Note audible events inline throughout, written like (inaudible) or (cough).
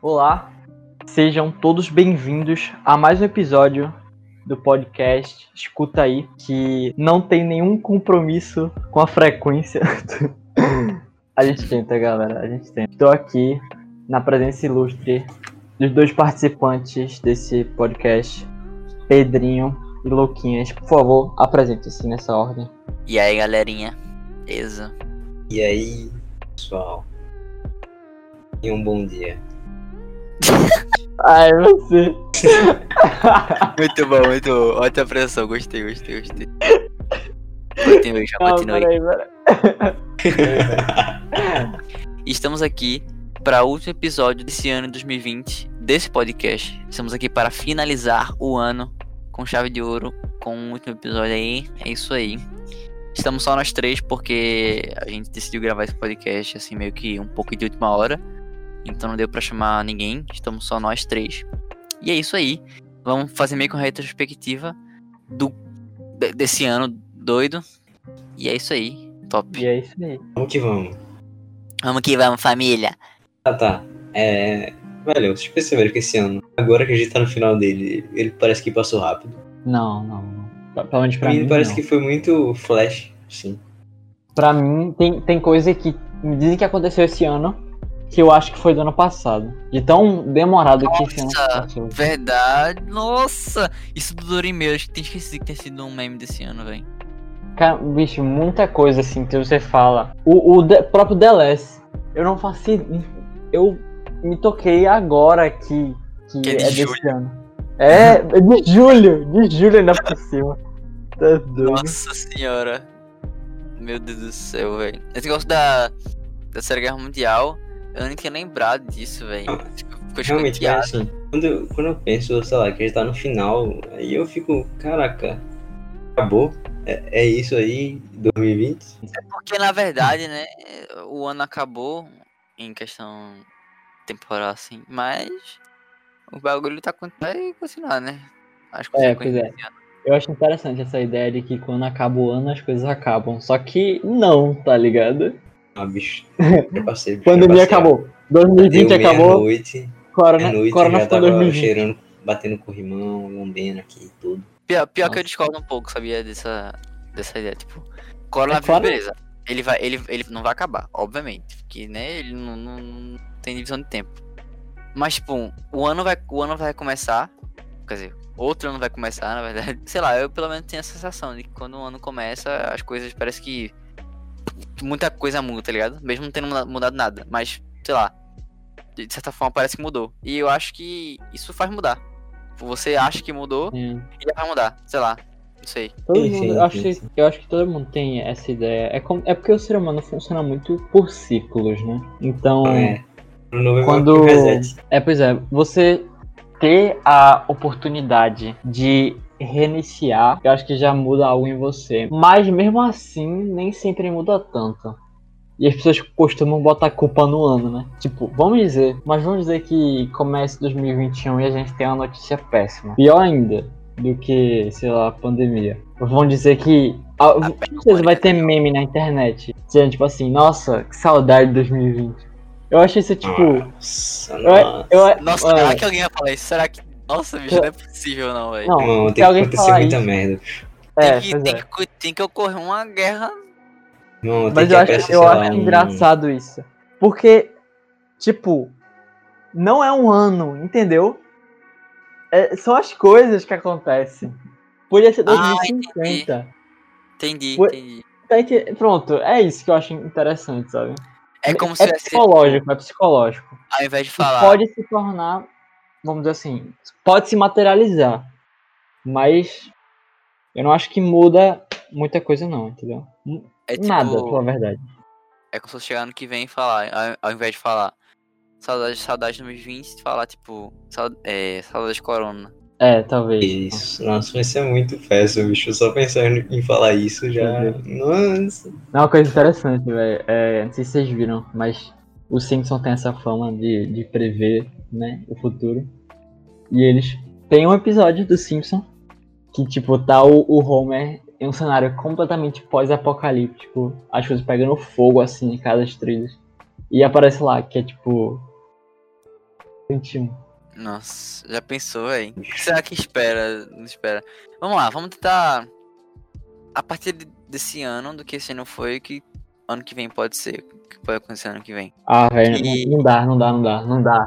Olá, sejam todos bem-vindos a mais um episódio do podcast Escuta Aí, que não tem nenhum compromisso com a frequência. (laughs) a gente tenta, galera, a gente tenta. Estou aqui na presença ilustre dos dois participantes desse podcast, Pedrinho e Louquinhas. Por favor, apresente-se nessa ordem. E aí, galerinha? Beleza? E aí, pessoal? E um bom dia. Ai, você. Muito bom, muito bom. Ótima apresentação. Gostei, gostei, gostei. Continue, já Não, continue. peraí, peraí. Estamos aqui para o último episódio desse ano 2020, desse podcast. Estamos aqui para finalizar o ano com chave de ouro, com o último episódio aí. É isso aí. Estamos só nós três porque a gente decidiu gravar esse podcast assim meio que um pouco de última hora. Então não deu para chamar ninguém, estamos só nós três. E é isso aí. Vamos fazer meio que uma retrospectiva do de- desse ano doido. E é isso aí. Top. E é isso aí. Vamos que vamos. Vamos que vamos, família. Ah tá. É. Velho, vocês perceberam que esse ano, agora que a gente tá no final dele, ele parece que passou rápido. Não, não, não. Pra- Pelo menos pra Pra mim, mim. parece não. que foi muito flash, assim. sim. Pra mim, tem, tem coisa que me dizem que aconteceu esse ano que eu acho que foi do ano passado. De tão demorado que esse ano Nossa. passou. Verdade, nossa! Isso do Dorimeus, que tem esquecido que tem sido um meme desse ano, velho. Cara, bicho, muita coisa assim que você fala. O, o de- próprio DLS. Eu não faço. i- Eu me toquei agora que, que, Que é é, de desse ano. É, é de (laughs) julho. De julho ainda por cima. Tá doido. Nossa senhora. Meu Deus do céu, velho. Esse negócio da, da Terceira Guerra Mundial, eu nem tinha lembrado disso, velho. Ficou Realmente, né? escanteado. mas assim, quando, eu- quando eu penso, sei lá, que a gente tá no final, aí eu fico, caraca, acabou. É, é isso aí, 2020? Porque na verdade, né, o ano acabou em questão temporal, assim, mas o bagulho tá con- vai continuar, né? As consequências pois é. desse ano. Eu acho interessante essa ideia de que quando acaba o ano as coisas acabam. Só que não, tá ligado? (laughs) Ah, bicho. Eu passei, bicho, Pandemia eu passei. acabou. Deu 2020 acabou. meia-noite, Corona, meia-noite corona é já ficou em tava 2020. cheirando, batendo com o rimão, lambendo aqui e tudo. Pior, pior que Nossa. eu discordo um pouco, sabia, dessa, dessa ideia. Tipo, coronavírus, claro. beleza. Ele, vai, ele, ele não vai acabar, obviamente. Porque, né, ele não, não- não tem divisão de tempo. Mas, tipo, o ano, vai, o ano vai começar. Quer dizer, outro ano vai começar, na verdade. (laughs) Sei lá, eu pelo menos tenho a sensação de que quando o ano começa, as coisas parece que. Muita coisa muda, tá ligado? Mesmo não tendo muda- mudado nada. Mas, sei lá. De certa forma parece que mudou. E eu acho que isso faz mudar. Você acha que mudou, É. e vai mudar, sei lá, não sei. Todo Sim, mundo, sim, eu, acho sim, que, eu acho que todo mundo tem essa ideia. É, como, é porque o ser humano funciona muito por ciclos, né? Então, é. É. No novembro Quando- eu reset. pois é, você ter a oportunidade de reiniciar, eu acho que já muda algo em você. Mas mesmo assim, nem sempre muda tanto. E as pessoas costumam botar culpa no ano, né? Tipo, vamos dizer, mas vamos dizer que começa 2021 e a gente tem uma notícia péssima. Pior ainda do que, sei lá, a pandemia. Vão dizer que. ah, com certeza vai ter meme na internet. Dizendo, tipo assim, nossa, que saudade de 2020. Eu achei isso, tipo. Ah. Nossa, Eu, nossa. eu, Nossa, ah, será que alguém vai falar isso? Será que. Nossa, bicho, não é possível não, velho. Não, Mano, se tem que alguém acontecer falar muita isso, merda. é, tem, que, pois tem, é. que, co- tem que ocorrer uma guerra. Mano, tem Mas que eu acho, aparecer, eu sei lá, acho um- engraçado isso. Porque, tipo, não é um ano, entendeu? É, são as coisas que acontecem. Podia ser Ah, 2050. Entendi, Ué. entendi. Tá ente- Pronto, é isso que eu acho interessante, sabe? É como se tivesse, psicológico, é psicológico. ao invés E de falar. Pode se tornar, vamos dizer assim, pode se materializar. Mas eu não acho que muda muita coisa, não, entendeu? é tipo, Nada, pela verdade. É como se eu chegar ano que vem e falar. Ao, ao invés de falar. Saudade, saudade de 2020, falar, tipo. Saudade, é, saudade de corona. É, talvez. Isso, nossa, vai ser muito péssimo, bicho. Só pensando em falar isso já. Meu Uhum. Nossa. Não, É uma coisa interessante, velho. É, não sei se vocês viram, mas o Simpson tem essa fama de, de prever né, o futuro. E eles. Tem um episódio do Simpson que, tipo, tá o, o Homer em um cenário completamente pós-apocalíptico, as coisas pegando fogo assim em casas trilhas. E aparece lá que é tipo. 21. Nossa, já pensou, velho? O que será que espera? Não espera. Vamos lá, vamos tentar. A partir de- desse ano, do que esse ano foi, que ano que vem pode ser. que pode acontecer ano que vem. Ah, velho, E- não dá, não dá, não dá, não dá.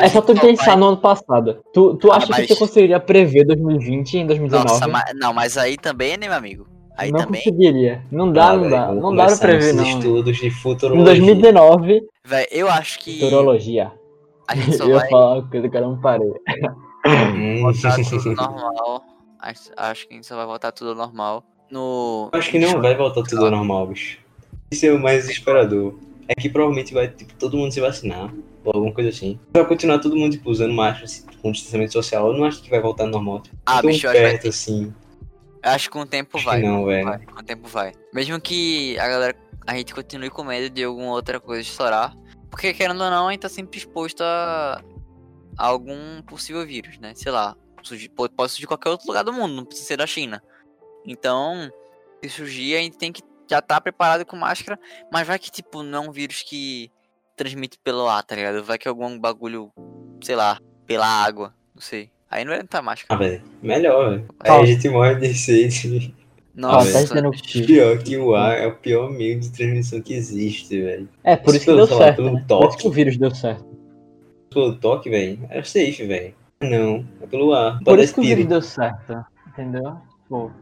É só tu Não, pensar mas- Ah, no ano passado. Tu, tu acha mas- que tu conseguiria prever 2020 em 2019? Nossa, né? mas, não, mas aí também, né, meu amigo? Aí não também. Ah, conseguiria. Não dá, não velho, dá. vamos Não dá pra começar prever, esses não. velho. estudos de Em futurologia. 2019, Véi, eu acho que futurologia. a gente só (laughs) Eu vai ia falar uma coisa que eu não parei. Hum. voltar (laughs) tudo normal. Acho, acho que a gente só vai voltar tudo normal. No. Eu Acho que não vai voltar tudo ao Tá. normal, bicho. Isso é o mais desesperador. É que provavelmente vai, tipo, todo mundo se vacinar, ou alguma coisa assim. Vai continuar todo mundo, tipo, usando máscara, com distanciamento social. Eu não acho que vai voltar ao normal. Tipo, Ah, Tão bicho, eu acho que vai perto, Tipo, assim. Eu Acho que com o tempo Acho vai. que não, velho. vai, Com o tempo vai. Mesmo que a galera. A gente continue com medo de alguma outra coisa estourar. Porque querendo ou não, a gente tá sempre exposto a. a algum possível vírus, né? Sei lá. surgi- po- pode surgir de qualquer outro lugar do mundo, não precisa ser da China. Então, se surgir, a gente tem que já tá preparado com máscara. Mas vai que, tipo, não é um vírus que transmite pelo ar, tá ligado? Vai que é algum bagulho, sei lá, pela água. Não sei. Aí não vai entrar Ah, máscara. velho. Melhor, velho. Ah. Aí a gente morre de sede. (laughs) Ó, tá Nossa. entendendo o que- Pior que o ar é o pior meio de transmissão que existe, velho. É, por isso que Pelo deu celular, certo. pelo né? Por isso toque. que o vírus deu certo. Pelo toque, velho, é safe, velho. Não, é pelo ar. Por Pode isso que o vírus respirar. deu certo. Entendeu? Tipo,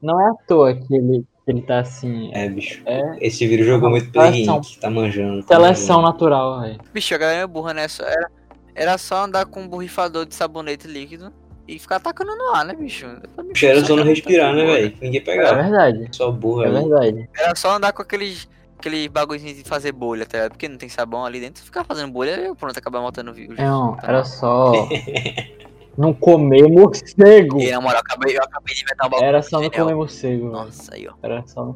não é à toa que ele, que ele tá assim. É, bicho. É. Esse vírus jogou muito pelo Seleção. Henrique, tá manjando. tá Seleção natural, velho. Bicho, a galera é burra, né? Só era, era só andar com um borrifador de sabonete líquido e ficar atacando no ar, né, bicho? Bicho, era só não respirar, né, velho? Ninguém É pegava. verdade. Só burra. É né? verdade. Era só andar com aqueles, aqueles bagulhinhos de fazer bolha, tá ligado? Porque não tem sabão ali dentro, ficar fazendo bolha e pronto, acabar matando o vírus. Tá Não, tá era (laughs) só. Não comer morcego. E na moral, eu acabei, eu acabei de inventar um bagulho. Era só não genial. comer morcego. velho. Nossa, aí, ó. Era só.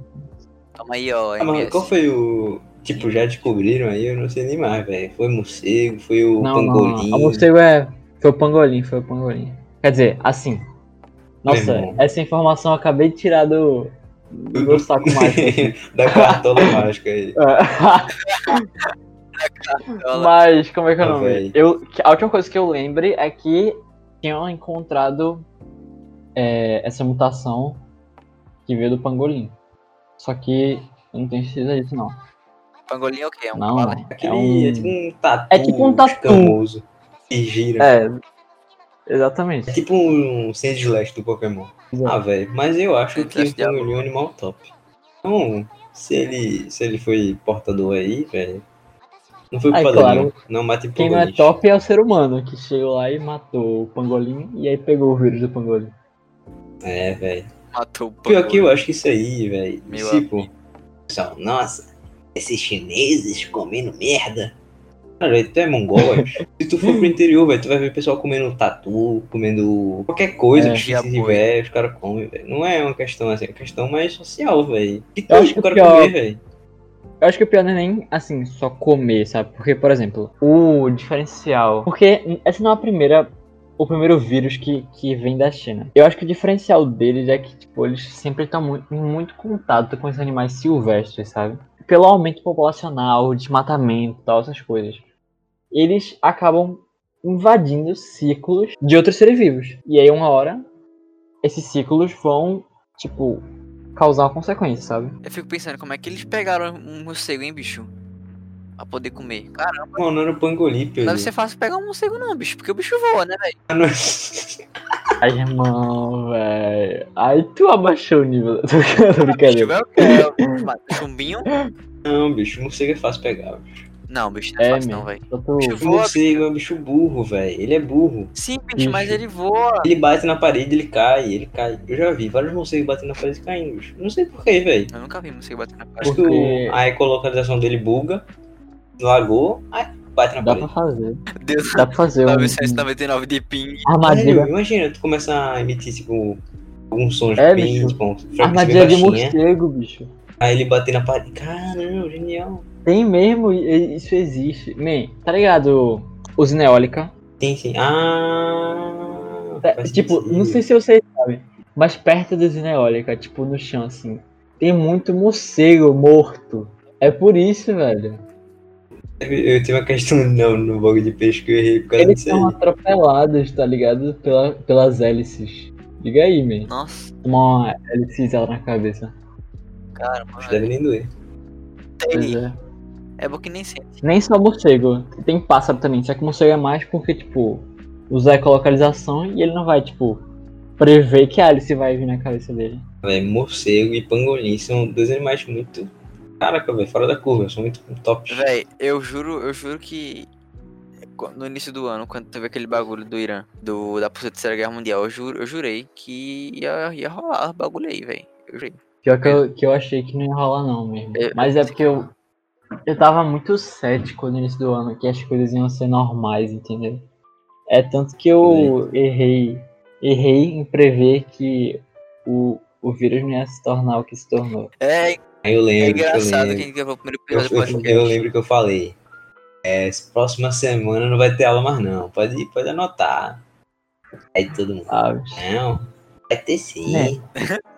Toma aí, ó. Ah, mas MS. qual foi o. Tipo, já descobriram aí, eu não sei nem mais, velho. Foi morcego, foi o Não, não, não. pangolim. O (laughs) morcego é. Foi o pangolim, foi o pangolim. Quer dizer, assim. Nossa, Meu irmão. essa informação eu acabei de tirar do. do (laughs) meu saco mágico. aqui. da cartola mágica aí. (laughs) Mas, como é que é o Ah, nome? véi. Eu, que- a última coisa que eu lembre é que tinham encontrado é, essa mutação que veio do pangolim. Só que eu não tenho certeza disso, não. Pangolinho é o quê? É um não, cavalo? não. Aquele, É um- é tipo um tatu. É tipo um tatu. escamoso Que gira. É, exatamente. É tipo um Sand Slash do Pokémon. Ah, velho, mas eu acho Sand que Slash o de água. Pangolim é um animal top. Então, se ele, se ele foi portador aí, velho. Não foi Ai, culpa dele, claro. não. Não tipo, mate Quem não é pangolim. top é o ser humano, que chegou lá e matou o pangolim e aí pegou o vírus do pangolim. É, velho. Matou o Pior que pangolim. eu acho que isso aí, velho. Meu Tipo, pessoal, nossa, esses chineses comendo merda. Cara, velho, tu é mongol, (laughs) velho. Se tu for pro interior, velho, tu vai ver o pessoal comendo tatu, comendo qualquer coisa É. que se Jiaboi. tiver, os caras comem, velho. Não é uma questão assim, é uma questão mais social, velho. Que Eu acho tem que o cara o pior- comer, velho? Eu acho que o pior não é nem, assim, só comer, sabe? Porque, por exemplo, o diferencial. Porque essa não é a primeira. O primeiro vírus que, que vem da China. Eu acho que o diferencial deles é que, tipo, eles sempre estão muito, em muito contato com esses animais silvestres, sabe? Pelo aumento populacional, desmatamento e tal, essas coisas. Eles acabam invadindo ciclos de outros seres vivos. E aí, uma hora, esses ciclos vão, tipo, causar uma consequência, sabe? Eu fico pensando como é que eles pegaram um morcego, hein, bicho? Pra poder comer. Caramba, Mano, não era o pangolim, não Pedro. deve ser fácil pegar um morcego, não, bicho. Porque o bicho voa, né, velho? Ah, não. Ai, irmão, velho. Ai, tu abaixou o nível. Tô (laughs) Bicho, brincadeira. é o quê? É o chumbinho? (laughs) Não, bicho, morcego é fácil pegar. bicho. Não, bicho, não é, É, fácil não, meu. velho. Só tu- Bicho, Voa, Morcego é um bicho burro, velho. Ele é burro. Sim, bicho, Bicho. mas ele voa. Ele bate na parede, ele cai, ele cai. Eu já vi vários morcegos batendo na parede e caindo, bicho. Não sei porquê, velho. Eu nunca vi morcego bater na cara. Acho que Porque- o, a ecolocalização dele buga, largou, aí bate na Dá pra parede. fazer. Deus, Dá pra fazer um... 999 de ping. armadilha. Sério, imagina tu começar a emitir, tipo, alguns sons É, de pin, bicho. tipo, uma frequência bem Armadilha de baixinha. morcego, bicho. Aí ele bater na parede. Caramba, genial. Tem mesmo, e- e isso existe. Man, tá ligado? Usina eólica. Sim, sim. Ah. É, faz tipo, sentido. não sei se vocês sabem, mas perto da usina eólica, tipo, no chão, assim, tem muito morcego morto. É por isso, velho. Eu tenho uma questão (laughs) não, no bug de peixe que eu errei por causa Eles disso aí. são atropelados, tá ligado? Pela, pelas hélices. Liga aí, man. Nossa, Tomar uma hélicezela na cabeça. cara, Não mano. deve nem doer. Pois é. É bom que nem sente. Nem só morcego. Tem pássaro também. Só que morcego é mais porque, tipo, usa a ecolocalização e ele não vai, tipo, prever que a hélice vai vir na cabeça dele. Véi, morcego e pangolim são dois animais muito. Caraca, velho, fora da curva, são muito top. Véi, eu juro, eu juro que qu- no início do ano, quando teve aquele bagulho do Irã, do, da terceira guerra mundial, eu, juro, eu jurei que ia, ia rolar o bagulho aí, véi. Eu jurei. Pior que eu, que eu achei que não ia rolar, não mesmo. Eu- Mas é porque eu, eu tava muito cético no início do ano que as coisas iam ser normais, entendeu? É tanto que eu errei. Errei em prever que o, o vírus não ia se tornar o que se tornou. É, Aí eu é lembro. engraçado eu que a lembro. gente gravou o primeiro Eu, episódio do eu- podcast. eu lembro que eu falei. É, s- próxima semana não vai ter aula mais não. Pode, ir, pode anotar. Aí todo mundo. Ah, Não, vai ter sim. Né?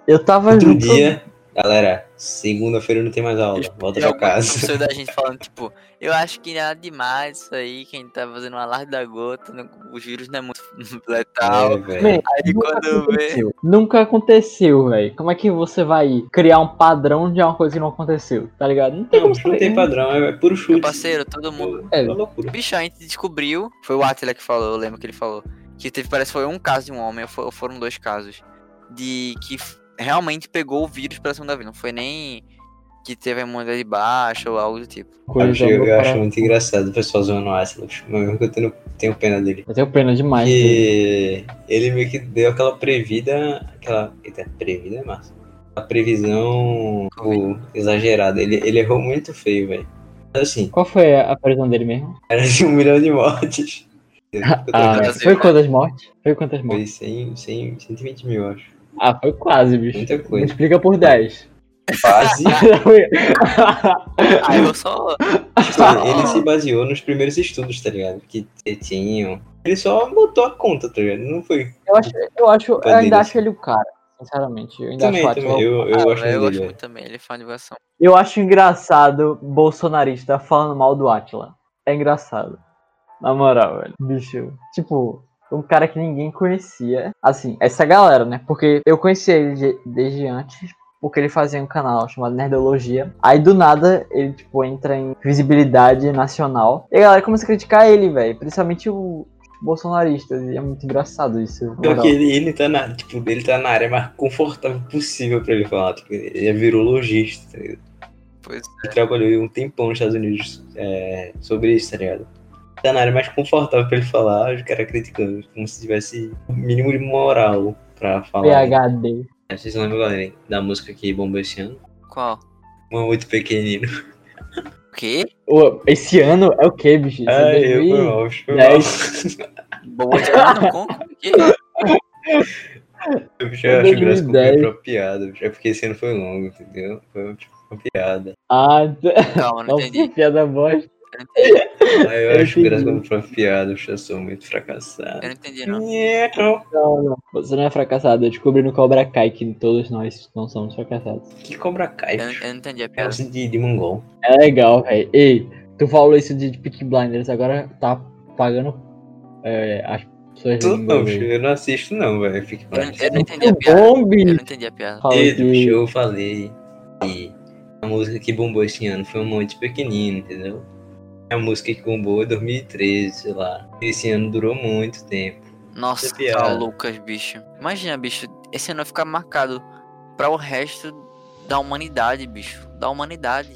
eu tava Outro junto. dia, galera, segunda-feira não tem mais aula. Volta E pra algum (laughs) casa. professor da gente falando, tipo, eu acho que nada demais isso aí, que a gente tá fazendo um alarde da gota, não- os vírus não é muito (laughs) letal. É, velho. Man, Aí nunca quando vê. aconteceu. Nunca aconteceu, velho. Como é que você vai criar um padrão de uma coisa que não aconteceu? Tá ligado? Não tem Não, como não tem saber. padrão, é, é puro chute. Meu parceiro, todo mundo. É, É. uma loucura. Bicho, a gente descobriu. Foi o Atila que falou, eu lembro que ele falou. Que teve, parece que foi um caso de um homem, ou fo- ou foram dois casos. De que f- realmente pegou o vírus pra cima da vida. Não foi nem que teve a imunidade baixa ou algo (laughs) do tipo. É, Coisa eu, eu louca. acho um muito engraçado o pessoal zoando o Atlas, mas mesmo que eu tenho, tenho pena dele. Eu tenho pena demais. dele. Porque ele meio que deu aquela previda. Aquela. Eita, previda é massa. A previsão tipo, exagerada. Ele, ele errou muito feio, velho. Mas assim, Qual foi a a previsão dele mesmo? era de um milhão de mortes. Ah, Brasil, foi né? quantas mortes? Foi quantas mortes? Foi 100, 100, 120 mil, acho. Ah, foi quase, bicho. Muita coisa. Multiplica por (laughs) 10. Quase. Aí eu só. Tipo, ele se baseou nos primeiros estudos, tá ligado? Que t- tinham. Ele só botou a conta, tá ligado? Não foi. eu acho, eu acho, eu ainda Poderia acho ele o cara, sinceramente. Eu ainda Também, acho o também. Atila- Eu, é. eu acho Ah, eu ele, gosto velho. muito também, ele é faz divulgação. Eu acho engraçado bolsonarista falando mal do Atila. É engraçado. Na moral, velho. Bicho. Tipo, um cara que ninguém conhecia. Assim, essa galera, né? Porque eu conhecia ele de- desde antes. Porque ele fazia um canal chamado Nerdologia. Aí do nada ele, tipo, entra em visibilidade nacional. E a galera começa a criticar ele, velho. Principalmente o- os bolsonaristas. E é muito engraçado isso. na Pior moral. que ele, ele, tá na, tipo, ele tá na área mais confortável possível pra ele falar. Tipo, ele é virologista, tá ligado? Pois Ele trabalhou um tempão nos Estados Unidos é, sobre isso, tá ligado? Tá na área mais confortável pra ele falar, os caras criticando, como se tivesse o mínimo de moral pra falar. PHD. Vocês lembram, galera, da música que bombou esse ano? Qual? Uma muito pequenino. O quê? Ô, Esse ano é o que, bicho? Esse é Ai, eu 2000 fui e- mal, fui mal. dez. Boa (laughs) de ano, com o quê? (laughs) Eu já acho graça como 2010. foi pra piada, bicho. é porque esse ano foi longo, entendeu? Foi uma uma piada. Ah, tá. Calma, não Nossa, entendi. piada bosta. Aí eu Eu acho graça como entendi. foi uma piada, bicho. eu sou muito fracassado. Eu não entendi, não. Nheco. Não, não. Você não é fracassado. Eu descobri no Cobra Kai que todos nós não somos fracassados. Que cobra cai, Eu não, bicho. eu não entendi a É piada. assim de, de mongol. É legal, velho. Ei, tu falou isso de Peak Blinders, agora tá pagando é, as pessoas. Não, línguas, não, bicho, véi. eu não assisto É, não, velho. Fique Eu, mais. eu não entendi a Muito piada. é bom, Eu bicho. não entendi a piada. Fala Pedro, bicho, que... eu falei que a música que bombou esse ano foi uma muito pequenino, entendeu? É A música que bombou em 2013, sei lá. Esse ano durou muito tempo. (laughs) Nossa, piada. tá Lucas, bicho. Imagina, bicho, esse ano vai ficar marcado pra o resto da humanidade, bicho. Da humanidade.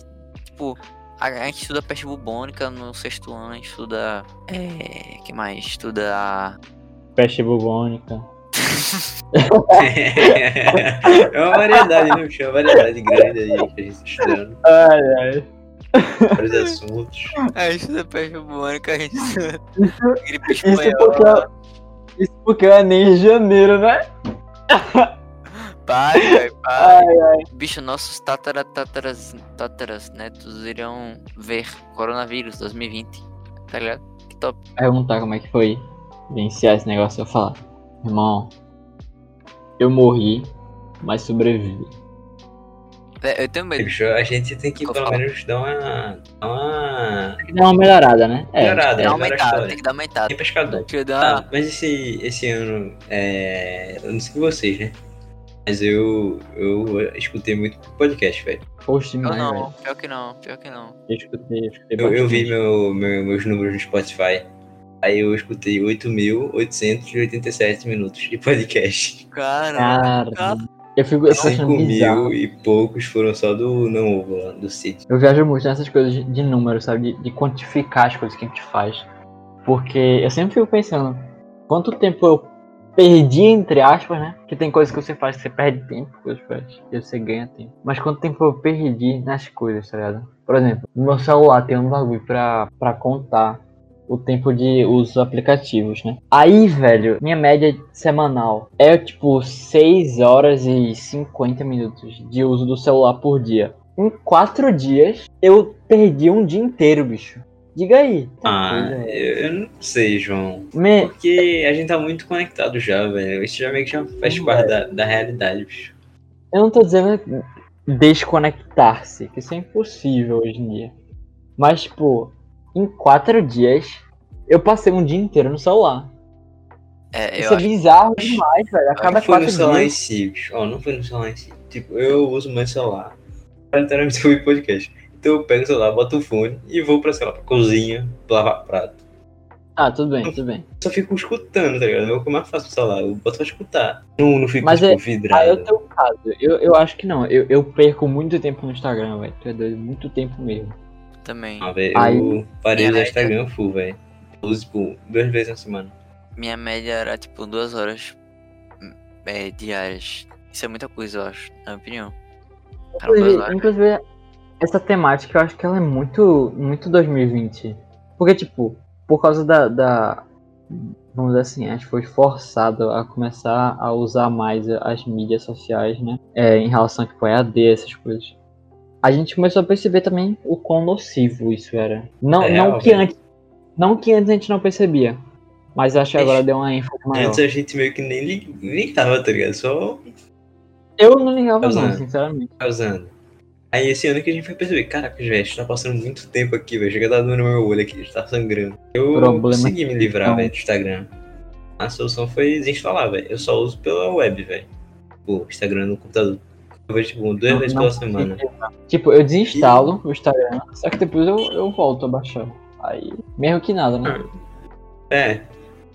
Tipo, a, a gente estuda peste bubônica no sexto ano, a gente estuda. É. que mais? Estuda. Peste bubônica. é uma variedade, né, bicho? É uma variedade grande aí que a gente tá estudando. Ai, ai. Vários assuntos. A gente É, estuda peste bubônica, a gente estuda. gripe Isso é espanhola. porque, eu- isso porque eu é nem em janeiro, né? Pare, velho, pare. Bicho, nossos tatara, tataras, tataras netos irão ver coronavírus 2020. Tá ligado? Que top. Perguntar como é que foi vivenciar esse negócio. Eu falar, irmão, eu morri, mas sobrevivi. É, Eu tenho medo. Bicho, a gente tem que Eu pelo falo. menos dar uma. dar uma. Tem É que dar uma melhorada, né? É, Melhorada, Tem é. que dar né? melhor aumentada, história. tem que dar aumentada. Tá. Tem pescador. Deixa eu Ah, dar. mas esse, esse ano, é... eu não sei vocês, né? Mas eu, eu escutei muito podcast, velho. Poxa, Eu demais, velho. não, pior que não, pior que não. Eu escutei, eu escutei Eu, eu bastante. vi meu, meu- meus números no Spotify. Aí eu escutei 8.887 minutos de podcast. Cara, Cara, eu fico eu fico 5 achando bizarro. mil e poucos foram só do não ovo lá, do Cid. Eu viajo muito nessas coisas de- de números, sabe? De, de quantificar as coisas que a gente faz. Porque eu sempre fico pensando, quanto tempo eu perdi, entre aspas, né? Que tem coisas que você faz que você perde tempo, coisas que faz que você ganha tempo. Mas quanto tempo eu perdi nas coisas, tá ligado? Por exemplo, no meu celular tem um bagulho pra, pra contar o tempo de uso dos aplicativos, né? Aí, velho, minha média semanal é tipo 6 horas e 50 minutos de uso do celular por dia. Em 4 dias, eu perdi um dia inteiro, bicho. Diga aí. Tá Ah, coisa, velho. eu, eu não sei, João. Me- Porque a gente tá muito conectado já, velho. Isso já meio que já faz Hum, parte da, da realidade, bicho. Eu não tô dizendo desconectar-se, que isso é impossível hoje em dia. Mas, tipo, em quatro dias, eu passei um dia inteiro no celular. é, eu Isso é acho. bizarro demais, velho. A cada Não foi no quatro celular em dias. si, bicho. Ó, não foi no celular em si. Tipo, eu uso meu celular pra literalmente ouvir podcast. Então eu pego o celular, boto o fone e vou pra, sei lá, pra cozinha, pra lavar prato. Ah, tudo bem, tudo bem. Só fico escutando, tá ligado? É o que eu mais faço no celular. Eu boto pra escutar. Não, não fico, Mas tipo, é- Ah, vidrado. eu tenho um caso. Eu, eu acho que não. Eu, eu perco muito tempo no Instagram, velho. Tu é doido, muito tempo mesmo. Também. Ah, velho, Aí- eu parei do Minha Instagram full, velho. Eu Uso, tipo, duas vezes na semana. Minha média era tipo duas horas é, diárias. Isso é muita coisa, eu acho, na minha opinião. Eram duas Inclusive, horas. inclusive, essa temática eu acho que ela é muito, muito 2020. Porque, tipo, por causa da. da- vamos dizer assim, acho que foi forçado a começar a usar mais as mídias sociais, né? É, em relação a tipo, AD, essas coisas. A gente começou a perceber também o quão nocivo isso era. Não, É, não, real, que, velho. antes, não que antes a gente não percebia. Mas acho que agora Ixi, deu uma ênfase maior. Antes a gente meio que nem li- ligava, tá ligado? Só Eu não ligava não, Causando. sinceramente. causando. Aí esse ano que a gente foi perceber, caraca, velho, a gente tá passando muito tempo aqui, velho. Chega tá doendo meu olho aqui, tá sangrando. Eu Problema. consegui me livrar, Não. velho, do Instagram. A solução foi desinstalar, velho. Eu só uso pela web, velho. O Instagram no computador. Eu vejo, tipo, duas Não- vezes não pela semana. Tipo, eu desinstalo o Instagram, só que depois eu, eu volto a baixar. Aí, mesmo que nada, né? É.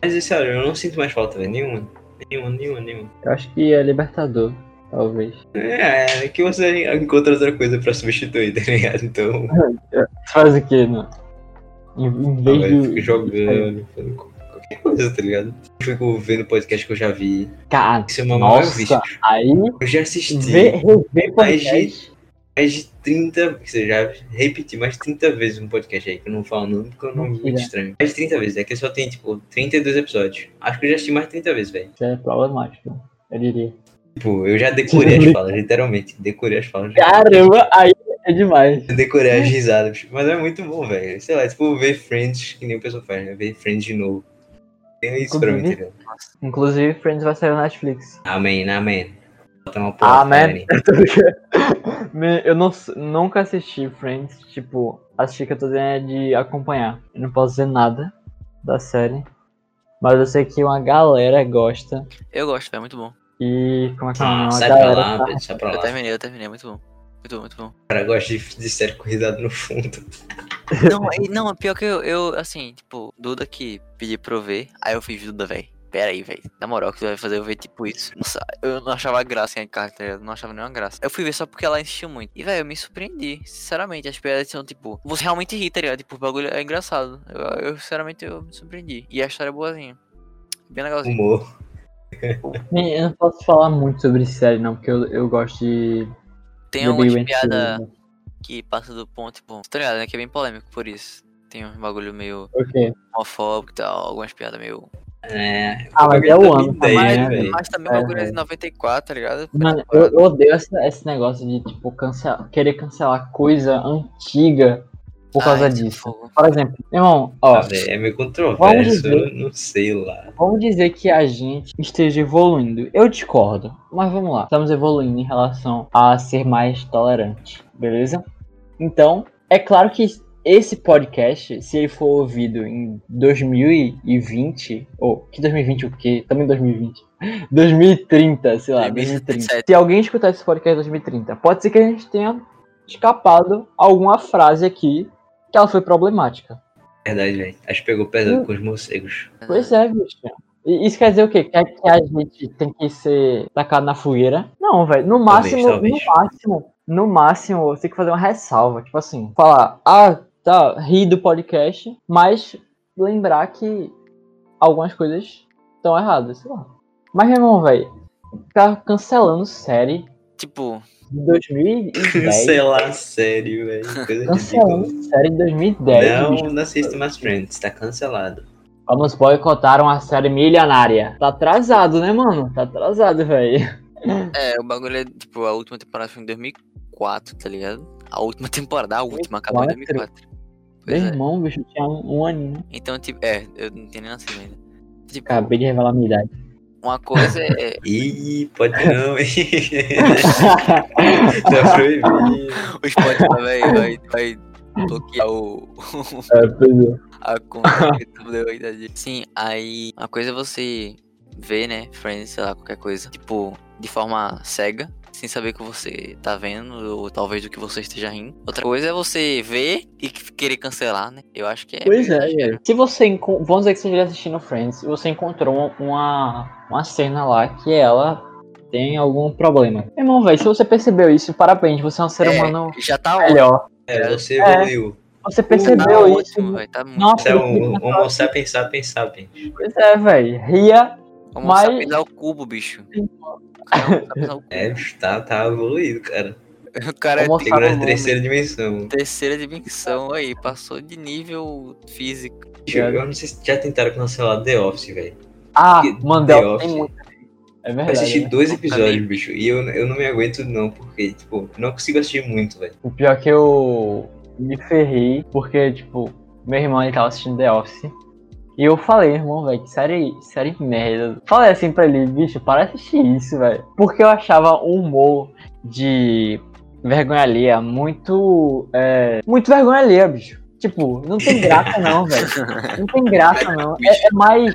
Mas, é sério, eu não sinto mais falta, velho. Nenhuma. Nenhuma, nenhuma, nenhuma. Eu acho que é libertador, talvez. É, é que você encontra outra coisa pra substituir, (laughs) tá ligado? Então, Você faz o quê, né? Em, em Ah, vez velho, do. fico jogando, fazendo co- qualquer coisa, tá ligado? Fico vendo podcast que eu já vi. Cara, Isso é uma maior nossa, vício. aí Eu já assisti vê, rever podcast. gente- mais de 30. Ou seja, já repeti mais de 30 vezes um podcast aí, que eu não falo não, porque eu não me Mentira. muito estranho. Mais de 30 vezes, é que só tem, tipo, 32 episódios. Acho que eu já assisti mais de 30 vezes, velho. Isso é problemático, eu diria. Tipo, eu já decorei as falas, literalmente. Decorei as falas. Caramba, aí é demais. Eu decorei as risadas, bicho. mas é muito bom, velho. Sei lá, tipo, ver Friends, que nem o pessoal faz, né? Ver Friends de novo. É isso pra mim, tá ligado? Inclusive, Friends vai sair na Netflix. Amém, amém. Bota uma porra, Amém. velho. Me- eu não, s- nunca assisti Friends, tipo, assisti que eu tô dizendo é de acompanhar. Eu não posso dizer nada da série. Mas eu sei que uma galera gosta. Eu gosto, é muito bom. E como é que é o Ah, nome? Uma sai pra galera lá, tá- velho, sai pra Eu lá. terminei, eu terminei, é muito bom. Muito bom, muito bom. O cara gosta de, de série corrida no fundo. Não, aí- não, é pior que eu, eu, assim, tipo, Duda que pedi pra eu ver, aí eu fiz Duda, véi. Pera aí, véi. Na moral, que tu vai fazer eu ver tipo isso. Nossa, eu não achava graça em Carter, tá ligado? não achava nenhuma graça. Eu fui ver só porque ela insistiu muito. E, véi, eu me surpreendi. Sinceramente, as piadas são, tipo, você realmente ri, tá ligado? Tipo, o bagulho é engraçado. Eu, eu, sinceramente, eu me surpreendi. E a história é boazinha. Bem legalzinho. Humor. Bem, Eu não posso falar muito sobre série, não, porque eu, eu gosto de. Tem de algumas Big Bang piadas Theory. né? que passa do ponto, tipo, tá ligado, né? Que é bem polêmico por isso. Tem um bagulho meio Ok. homofóbico e tal, algumas piadas meio É. Ah, mas é o ano Tem, Mas, também, né, velho? velho? mas É, também o bagulho é de velho. 94, tá ligado? Mano, eu, eu odeio essa- esse negócio de, tipo, cancel... querer cancelar coisa antiga por causa Ai, é disso. fogo. Por exemplo, irmão, ó, Ah, véi, é meio controverso, dizer- eu não sei lá. Vamos dizer que a gente esteja evoluindo. Eu discordo, mas vamos lá. Estamos evoluindo em relação a ser mais tolerante, beleza? Então, é claro que esse podcast, se ele for ouvido em 2020, ou que 2020 o quê? Também (laughs) 2020. 2030, sei lá, 2030. 2027. Se alguém escutar esse podcast em 2030, pode ser que a gente tenha escapado alguma frase aqui que ela foi problemática. É Verdade, velho. Acho que pegou Hum. pesado com os morcegos. né? Pois é, bicho. E Isso quer dizer o quê? Quer que a gente tem que ser tacado na fogueira? Não, velho. No máximo, talvez. no máximo, no máximo, você tem que fazer uma ressalva. Tipo assim, falar, ah, tá, ri do podcast, mas lembrar que algumas coisas estão erradas, sei lá. Mas, meu irmão, velho, tá cancelando série Tipo, de 2010. Cancelar é sério, velho. Coisa ridícula. Cancelando série de 2010, bicho. Não, não assista mais Friends, tá cancelado. Vamos boicotar uma série milionária. Tá atrasado, né, mano? Tá atrasado, velho. é, o bagulho é, tipo, a última temporada foi em 2004, tá ligado? A última (laughs) temporada, a última, acabou em 2004. Meu Pois é. irmão, bicho, tinha um, um aninho. Então, tipo, é, eu não tenho nem nascido ainda. Tipo, Acabei de revelar a minha (laughs) idade. uma coisa (laughs) é. Ih, pode não, hein? (laughs) tá proibido. O Spotify vai, vai, vai bloquear o, É, pois é. a conta que tu deu aí da gente. Sim, aí uma coisa é você ver, né, Friends, sei lá, qualquer coisa, tipo, de forma cega, sem saber o que você tá vendo, ou talvez do que você esteja rindo. Outra coisa é você ver e que- querer cancelar, né? Eu acho que é. Pois é, meio exagero. velho. Se você. encon- Vamos dizer que você esteja assistindo Friends e você encontrou uma, uma cena lá que ela tem algum problema. Meu irmão, velho, se você percebeu isso, parabéns. Você é um ser É, humano Já tá ótimo, melhor. É, você É. evoluiu. Você tá percebeu isso. ótimo, velho. Tá muito. Nossa, Você é um homo sapiens sapiens sapiens. Pois é, velho. Ria. Vamos mas- saber dar o cubo, bicho. O cara não sabe usar o cubo. É, bicho, tá, tá evoluído, cara. (laughs) O cara é Homo Chegou na homem. terceira né? dimensão. terceira dimensão aí, passou de nível físico. Bicho, Eu não sei se já tentaram cancelar The Office, velho. Ah, Que- Mandel The tem Office. muito. É Eu verdade. assisti né? dois Também. episódios, bicho, e eu, eu não me aguento não, porque, tipo, não consigo assistir muito, velho. O pior é que eu me ferrei, porque, tipo, meu irmão ele tava assistindo The Office. E eu falei, irmão, velho, que série, série merda. Falei assim pra ele, bicho, para de assistir isso, velho. Porque eu achava o humor de vergonha alheia muito. é, muito vergonha alheia, bicho. Tipo, não tem graça não, velho. Não tem graça não. É- é mais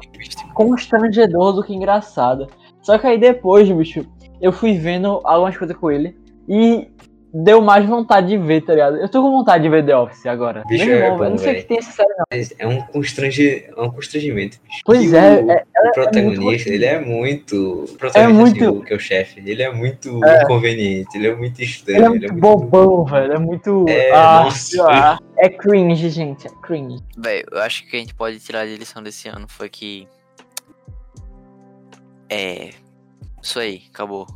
constrangedor do que engraçado. Só que aí depois, bicho, eu fui vendo algumas coisas com ele e deu mais vontade de ver, tá ligado? Eu tô com vontade de ver The Office agora. Bicho, Meu é irmão, bom, eu não sei o véi. que tem essa série. Mas é um, constrange... é um constrangimento, bicho. Pois E é, o, é- o protagonista, constrangimento. ele é muito... O protagonista, muito- assim, o que é o chefe, ele é muito inconveniente, ele é muito estranho. Ele é muito bobão, velho. É muito. É, ah, nossa. sei lá. é cringe, gente. É cringe. Véi, eu acho que a gente pode tirar de lição desse ano foi que. É. Isso aí, acabou.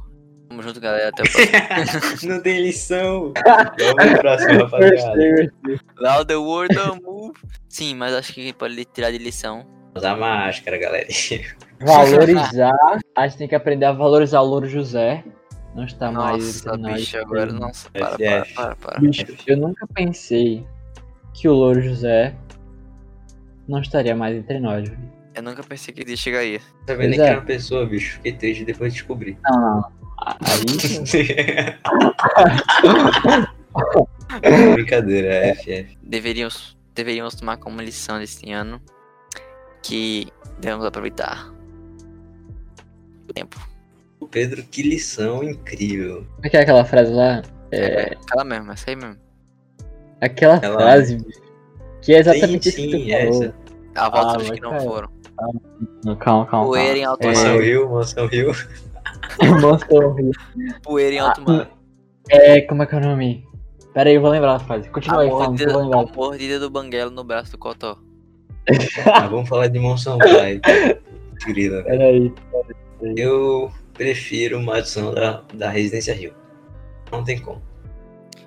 Tamo junto, galera. Até o próximo. Não tem (laughs) lição. Vamos pro próximo, rapaziada. (laughs) Now the world don't move. Sim, mas acho que a gente pode tirar de lição. Usar máscara, galera. (laughs) Tá Valorizar. A gente tem que aprender a valorizar o Louro José. Não está mais. Nossa, entre nós. bicho, agora. Nossa, para, SF. é. para, para, para. Bicho, eu nunca pensei que o Louro José não estaria mais entre nós. velho. Eu nunca pensei que ele chegaria. Tá vendo Pois que é. era uma pessoa, bicho. Fiquei triste depois de (laughs) descobrir. Não, não, não. A- Aí. Brincadeira, é FF. Deveríamos, deveríamos tomar como lição desse ano que devemos aproveitar o tempo. Ô, Pedro, que lição incrível. Como é que é aquela frase lá? É, Aquela mesmo, essa aí mesmo. aquela Ela- frase, bicho, que é exatamente Sim, isso que tu sim, falou. essa. A volta Ah, dos mas que não cara, foram. Não, Calma, calma. Poeira em calma. alto (laughs) Mansão mar. Rio, Mansão Rio. É, Mansão Rio. Poeira em Ah, alto mar. É, como é que é o nome? Pera aí, eu vou lembrar a frase. A Continua aí falando, que é eu mordida, vou a lembrar. mordida do banguelo no braço do Cotó. Ah, vamos falar de Mansão Pai. Grila. Pera aí. Eu prefiro uma adição da, da Residência Rio. Não tem como.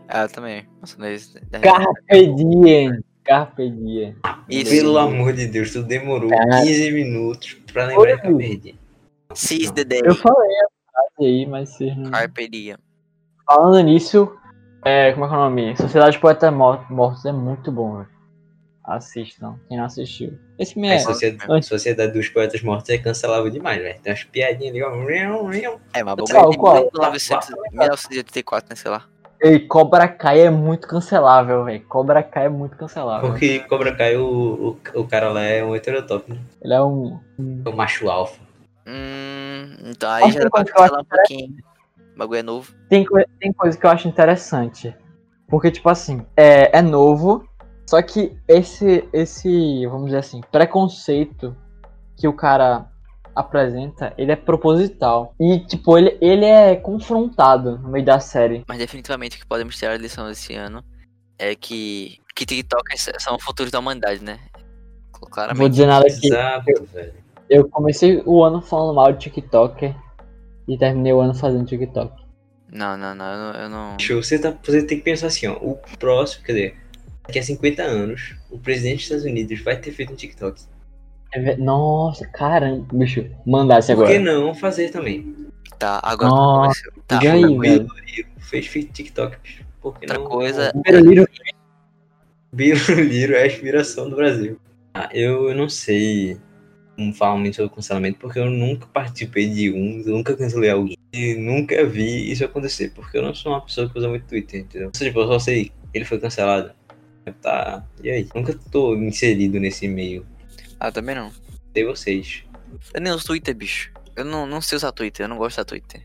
Ah, eu também. Nossa, mas- né? Carpe diem. Carpe diem. Isso. Pelo amor de Deus, tu demorou Cara. 15 minutos pra lembrar que eu É. Oi. perdi. Seize the day. Eu falei a frase aí, mas vocês não... Carpe diem. Falando nisso, É, como é que é o nome? Sociedade de Poetas Mor- Mortos é muito bom, velho. Assistam, quem não assistiu. Esse A mesmo. sociedade, sociedade dos Poetas Mortos é cancelável demais, velho. Tem umas piadinhas ali, ó. miau, miau. É, mas Qual, bagulho qual? de 1900 1984, né, sei lá. Ei, Cobra Kai é muito cancelável, velho. Cobra Kai é muito cancelável. Porque Cobra Kai, o, o, o cara lá é um heterotópico, né? Ele é um. É um macho alfa. Hum, então aí Acho já que é? dá pra quando eu acho cancelar um pouquinho. O bagulho é novo. Tem, coi- tem coisa que eu acho interessante. Porque, tipo assim, é, é novo. Só que esse, esse, vamos dizer assim, preconceito que o cara apresenta, ele é proposital. E, tipo, ele, ele é confrontado no meio da série. Mas definitivamente o que podemos tirar a lição desse ano é que, que TikTokers são o futuro da humanidade, né? Não vou Claramente. dizer nada aqui. Exato, velho. Eu comecei o ano falando mal de TikToker e terminei o ano fazendo TikTok. Não, não, não, eu não- eu não. Show, Você, tá, você tem que pensar assim, ó. O próximo, quer dizer, daqui a 50 anos, o presidente dos Estados Unidos vai ter feito um TikTok. É ve- Nossa, caramba, bicho, mandasse Por que agora. não fazer também? Tá, agora Nossa, começou. Tá, E aí, velho? Bilo Liro fez feito TikTok. bicho. Por que outra não? coisa. Primeiro livro- Bilo Liro é a inspiração do Brasil. Ah, eu, eu não sei como falar muito sobre cancelamento, porque eu nunca participei de um, eu nunca cancelei alguém. E nunca vi isso acontecer, porque eu não sou uma pessoa que usa muito Twitter, entendeu? Ou seja, tipo, eu só sei, ele foi cancelado. Tá, e aí? Nunca tô inserido nesse meio. Ah, também não. Sei vocês. (laughs) Eu nem uso Twitter, bicho. Eu não, não sei usar Twitter, eu não gosto da Twitter.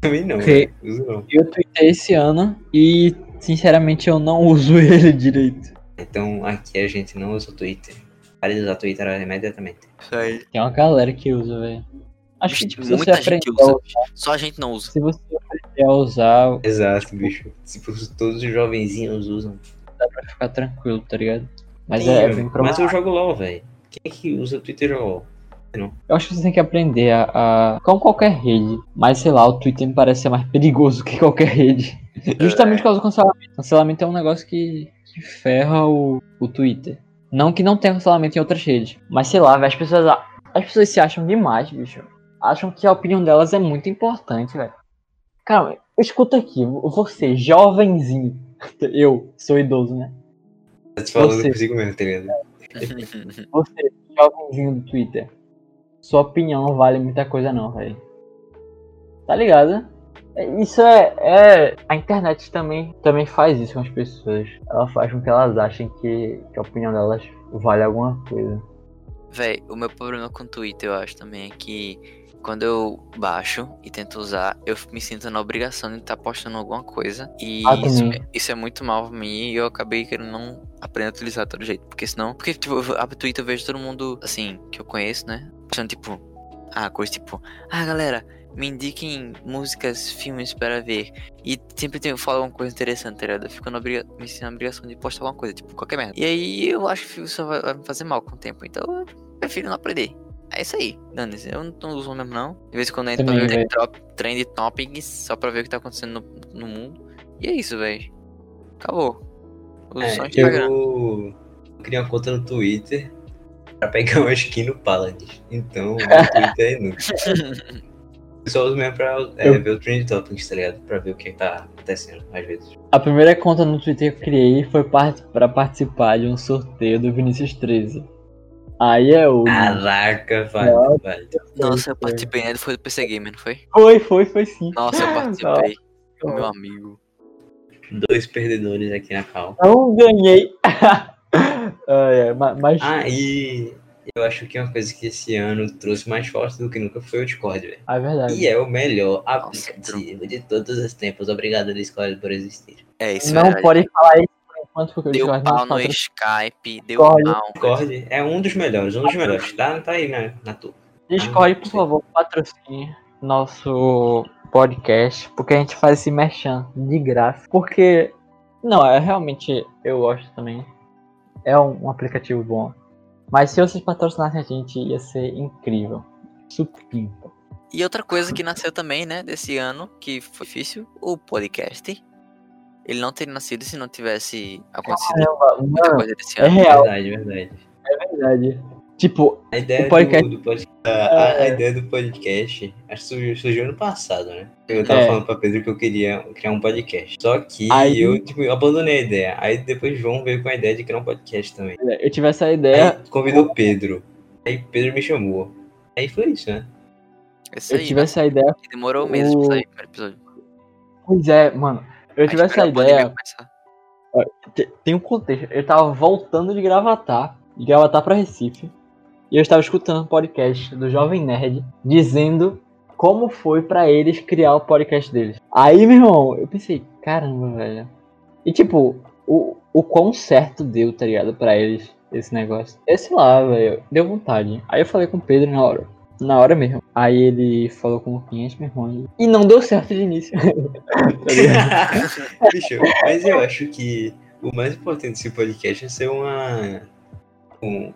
Também não, Ok. né? uso não. Eu tuitei esse ano e, sinceramente, eu não (laughs) uso ele direito. Então aqui a gente não usa o Twitter. Pare de usar o Twitter é imediatamente. Isso aí. Tem uma galera que usa, velho. Acho que, tipo, se você Muita gente aprender a usa. usar, bicho. Só a gente não usa. se você aprender a usar, Exato, bicho. Se fosse Tipo, todos os jovenzinhos usam. vai ficar tranquilo, tá ligado? Mas Sim, é, é velho. bem mas provável. eu jogo LOL, velho. Quem é que usa o Twitter e joga LOL? Eu acho que você tem que aprender a, a... com qualquer rede. Mas, sei lá, o Twitter me parece ser mais (laughs) perigoso que qualquer rede. Justamente por causa do cancelamento. Cancelamento é um negócio que, que ferra o, o Twitter. Não que não tenha cancelamento em outras redes. Mas sei lá, velho, as pessoas. As pessoas se acham demais, bicho. Acham que a opinião delas é muito importante, velho. Cara, escuta aqui, você, jovenzinho. (laughs) Eu sou idoso, né? Tá te falando Você. consigo mesmo, tá ligado? Você, jovenzinho do Twitter. Sua opinião não vale muita coisa não, velho. Tá ligado? É, Isso é, é- A internet também, também faz isso com as pessoas. Ela faz com que elas achem que, que a opinião delas vale alguma coisa. (laughs) Véi, o meu problema com o Twitter, eu acho também, é que quando eu baixo e tento usar, eu me sinto na obrigação de estar postando alguma coisa. E Ah, isso, também. é- isso é muito mal pra mim e eu acabei querendo não aprender a utilizar de todo jeito. Porque senão. Porque, tipo, eu abro o Twitter eu vejo todo mundo, assim, que eu conheço, né? Postando, tipo. Ah, coisa tipo. Ah, galera, me indiquem músicas, filmes para ver. E sempre tem, fala alguma coisa interessante, tá ligado? Eu fico na obriga- me sinto na obrigação de postar alguma coisa, tipo, qualquer merda. E aí eu acho que isso vai vai me fazer mal com o tempo. Então eu prefiro não aprender. É isso aí, dane-se. Eu não, não uso mesmo, não. De vez em quando eu entro pra Também, ver o trend top- trend topics, só pra ver o que tá acontecendo no, no mundo. E é isso, velho. Acabou. Uso só É, Instagram. eu criei uma conta no Twitter pra pegar uma skin no Paladins. Então, o Twitter é (laughs) inútil. Eu só uso mesmo pra é, Eu- ver o Trend Topics, tá ligado? Pra ver o que tá acontecendo, às vezes. A primeira conta no Twitter que eu criei foi part para participar de um sorteio do Vinícius 13. Aí é o. Caraca, vale, vale. Ah, Nossa, eu participei, né? Foi do PC Gamer, não foi? Foi, foi, foi sim. Nossa, (laughs) eu participei. Nossa. Meu amigo. Dois perdedores aqui na cal. Não ganhei. (laughs) Ah, é, ma- mas. Ah, e eu acho que uma coisa que esse ano trouxe mais forte do que nunca foi o Discord, velho. é verdade. E é o melhor Nossa, aplicativo de todos os tempos. Obrigado, Discord, por existir. É isso, não velho. podem falar isso por enquanto, porque o Deu Discord pau não no patrocina. Skype, deu Discord. pau. Discord é um dos melhores, um dos melhores. Tá, tá aí na, na tua. Discord, por Sim. favor, patrocine nosso podcast, porque a gente faz esse merchan de graça. Porque, não, é realmente, eu gosto também. É um, um aplicativo bom. Mas se vocês patrocinassem a gente, ia ser incrível. Supimpa. E outra coisa que nasceu também, né, desse ano, que foi difícil, o podcast. Ele não teria nascido se não tivesse acontecido Caramba, muita mano, coisa desse é ano. real, Verdade, verdade. é verdade. Tipo, A ideia O podcast- É. do, do podcast. A, a ideia do podcast acho que surgiu, surgiu ano passado, né? Eu tava É. falando pra Pedro que eu queria criar um podcast. Só que Aí- eu, tipo, eu abandonei a ideia. Aí depois João veio com a ideia de criar um podcast também. eu tive essa É ideia, Aí convidou Pedro. Aí Pedro me chamou. Aí foi isso, né? É isso eu aí. tive essa ideia. que Demorou meses pra O- sair o primeiro episódio. Pois é, mano, eu tive Acho que essa a pandemia ideia. começar. te- Tem um contexto. Eu tava voltando de gravatar, de gravatar pra Recife, e eu estava escutando um podcast do Jovem Nerd dizendo como foi pra eles criar o podcast deles. Aí, meu irmão, eu pensei, caramba, velho. E tipo, o, o quão certo deu, tá ligado, pra eles esse negócio. Eu sei lá, velho, deu vontade. Aí eu falei com o Pedro na hora. Na hora mesmo. Aí ele falou com o 500, meu irmão. E não deu certo de início. (laughs) Tá ligado? Bicho, mas eu acho que o mais importante desse podcast é ser uma. um-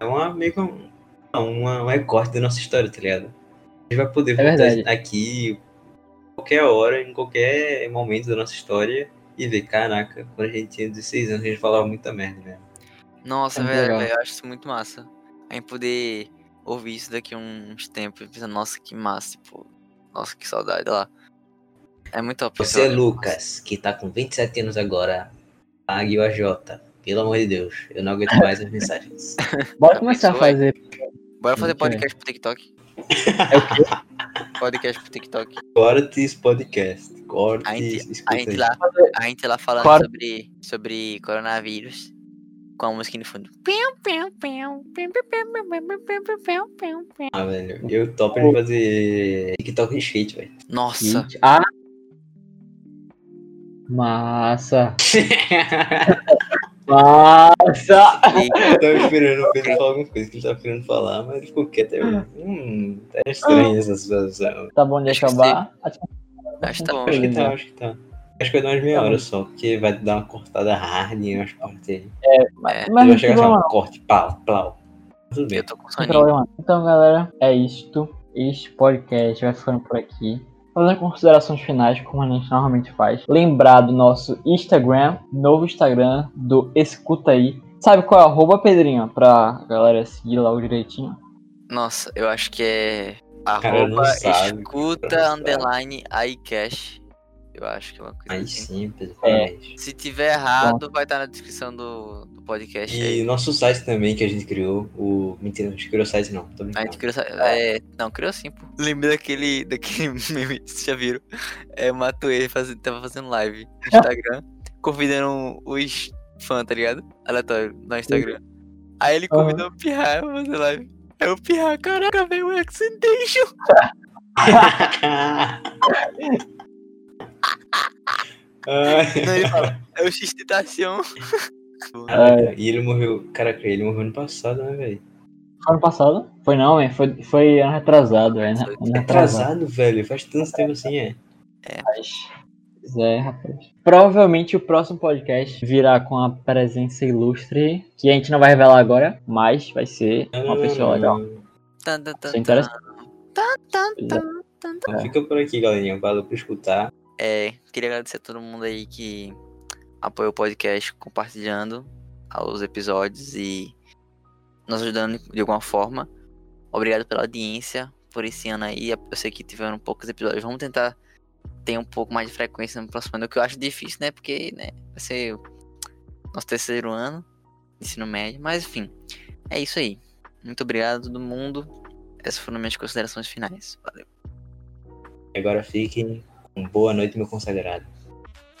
é uma meio que um, uma, um recorte da nossa história, tá ligado? A gente vai poder voltar verdade. aqui qualquer hora, em qualquer momento da nossa história e ver, caraca, quando a gente tinha 16 anos a gente falava muita merda, né? Nossa, É velho, legal. velho, eu acho isso muito massa. A gente poder ouvir isso daqui uns tempos e pensar, nossa, que massa, tipo, nossa, que saudade lá. É muito top. Você é velho. Lucas, que tá com 27 anos agora, pague o AJ. Pelo amor de Deus, eu não aguento mais as mensagens. Bora começar a Começou, hein? fazer. Bora fazer Gente, podcast pro TikTok. (laughs) É o quê? Podcast pro TikTok. Corte esse podcast. Corte A gente- esse A gente lá, a gente lá falando Claro. sobre, sobre coronavírus com a música no fundo. Ah, velho, eu topo de fazer TikTok de skate, velho. (laughs) Nossa, Ah! Massa! Massa! (laughs) eu tava esperando o Pedro falar alguma coisa que ele tava querendo falar, mas ele ficou quieto. Eu, hum, tá estranho essa situação. Tá bom de Acho que acabar? Acho que acho que tá bom. Acho que Beleza. tá, acho que tá. Acho que vai dar umas meia hora só, porque vai dar uma cortada hard em umas partes aí. É, Mas Ele não vai chegar tem e falar, problema, corte, pau, pau. Tudo bem. eu tô com não tem soninho. problema. Então, galera, é isto. Este podcast vai ficando por aqui. Fazendo considerações finais, como a gente normalmente faz. Lembrar do nosso Instagram, novo Instagram do Escuta Aí. Sabe qual é o arroba, Pedrinho? Pra galera seguir lá o direitinho. Nossa, eu acho que é é- Cara, não arroba sabe, cara, não escuta sabe. underline iCash. Eu acho que é uma coisa Aí assim. sim, Pedro, parabéns. Se tiver errado, vai estar na descrição do, do podcast. E aí. nosso site também que a gente criou, o. Mentira, a gente criou o site não, tô A gente brincando. criou. essa- É, não, criou sim, pô. Lembrei daquele, daquele (laughs) meme, vocês já viram? É, matou ele, faz- tava fazendo live no Instagram, (laughs) convidando um, os fãs, tá ligado? Aleatório, no Instagram. Aí ele Aham. convidou o Pirra pra fazer live. É o Pirra, caraca, velho, o Accidentation. Ah. Ai. Não, ele fala, é o X-Tentação. (laughs) Caraca, E ele morreu. Caraca, ele morreu ano passado, né, velho? Foi ano passado? Foi não, hein? Foi, foi ano retrasado, é, né? Ano retrasado. Atrasado, velho. Faz tanto tempo assim, é. Rapaz. Pois é, rapaz. Provavelmente o próximo podcast virá com a presença ilustre, que a gente não vai revelar agora, mas vai ser uma pessoa legal. Tan, tan, tan, Isso é interessante. tan, tan, tan. Então fica por aqui, galerinha. Valeu por escutar. É, queria agradecer a todo mundo aí que apoiou o podcast compartilhando os episódios e nos ajudando de alguma forma. Obrigado pela audiência por esse ano aí. Eu sei que tiveram poucos episódios. Vamos tentar ter um pouco mais de frequência no próximo ano, o que eu acho difícil, né? Porque né, vai ser o nosso terceiro ano de ensino médio. Mas enfim, é isso aí. Muito obrigado a todo mundo. Essas foram minhas considerações finais. Valeu. E Agora fiquem com boa noite, meu consagrado.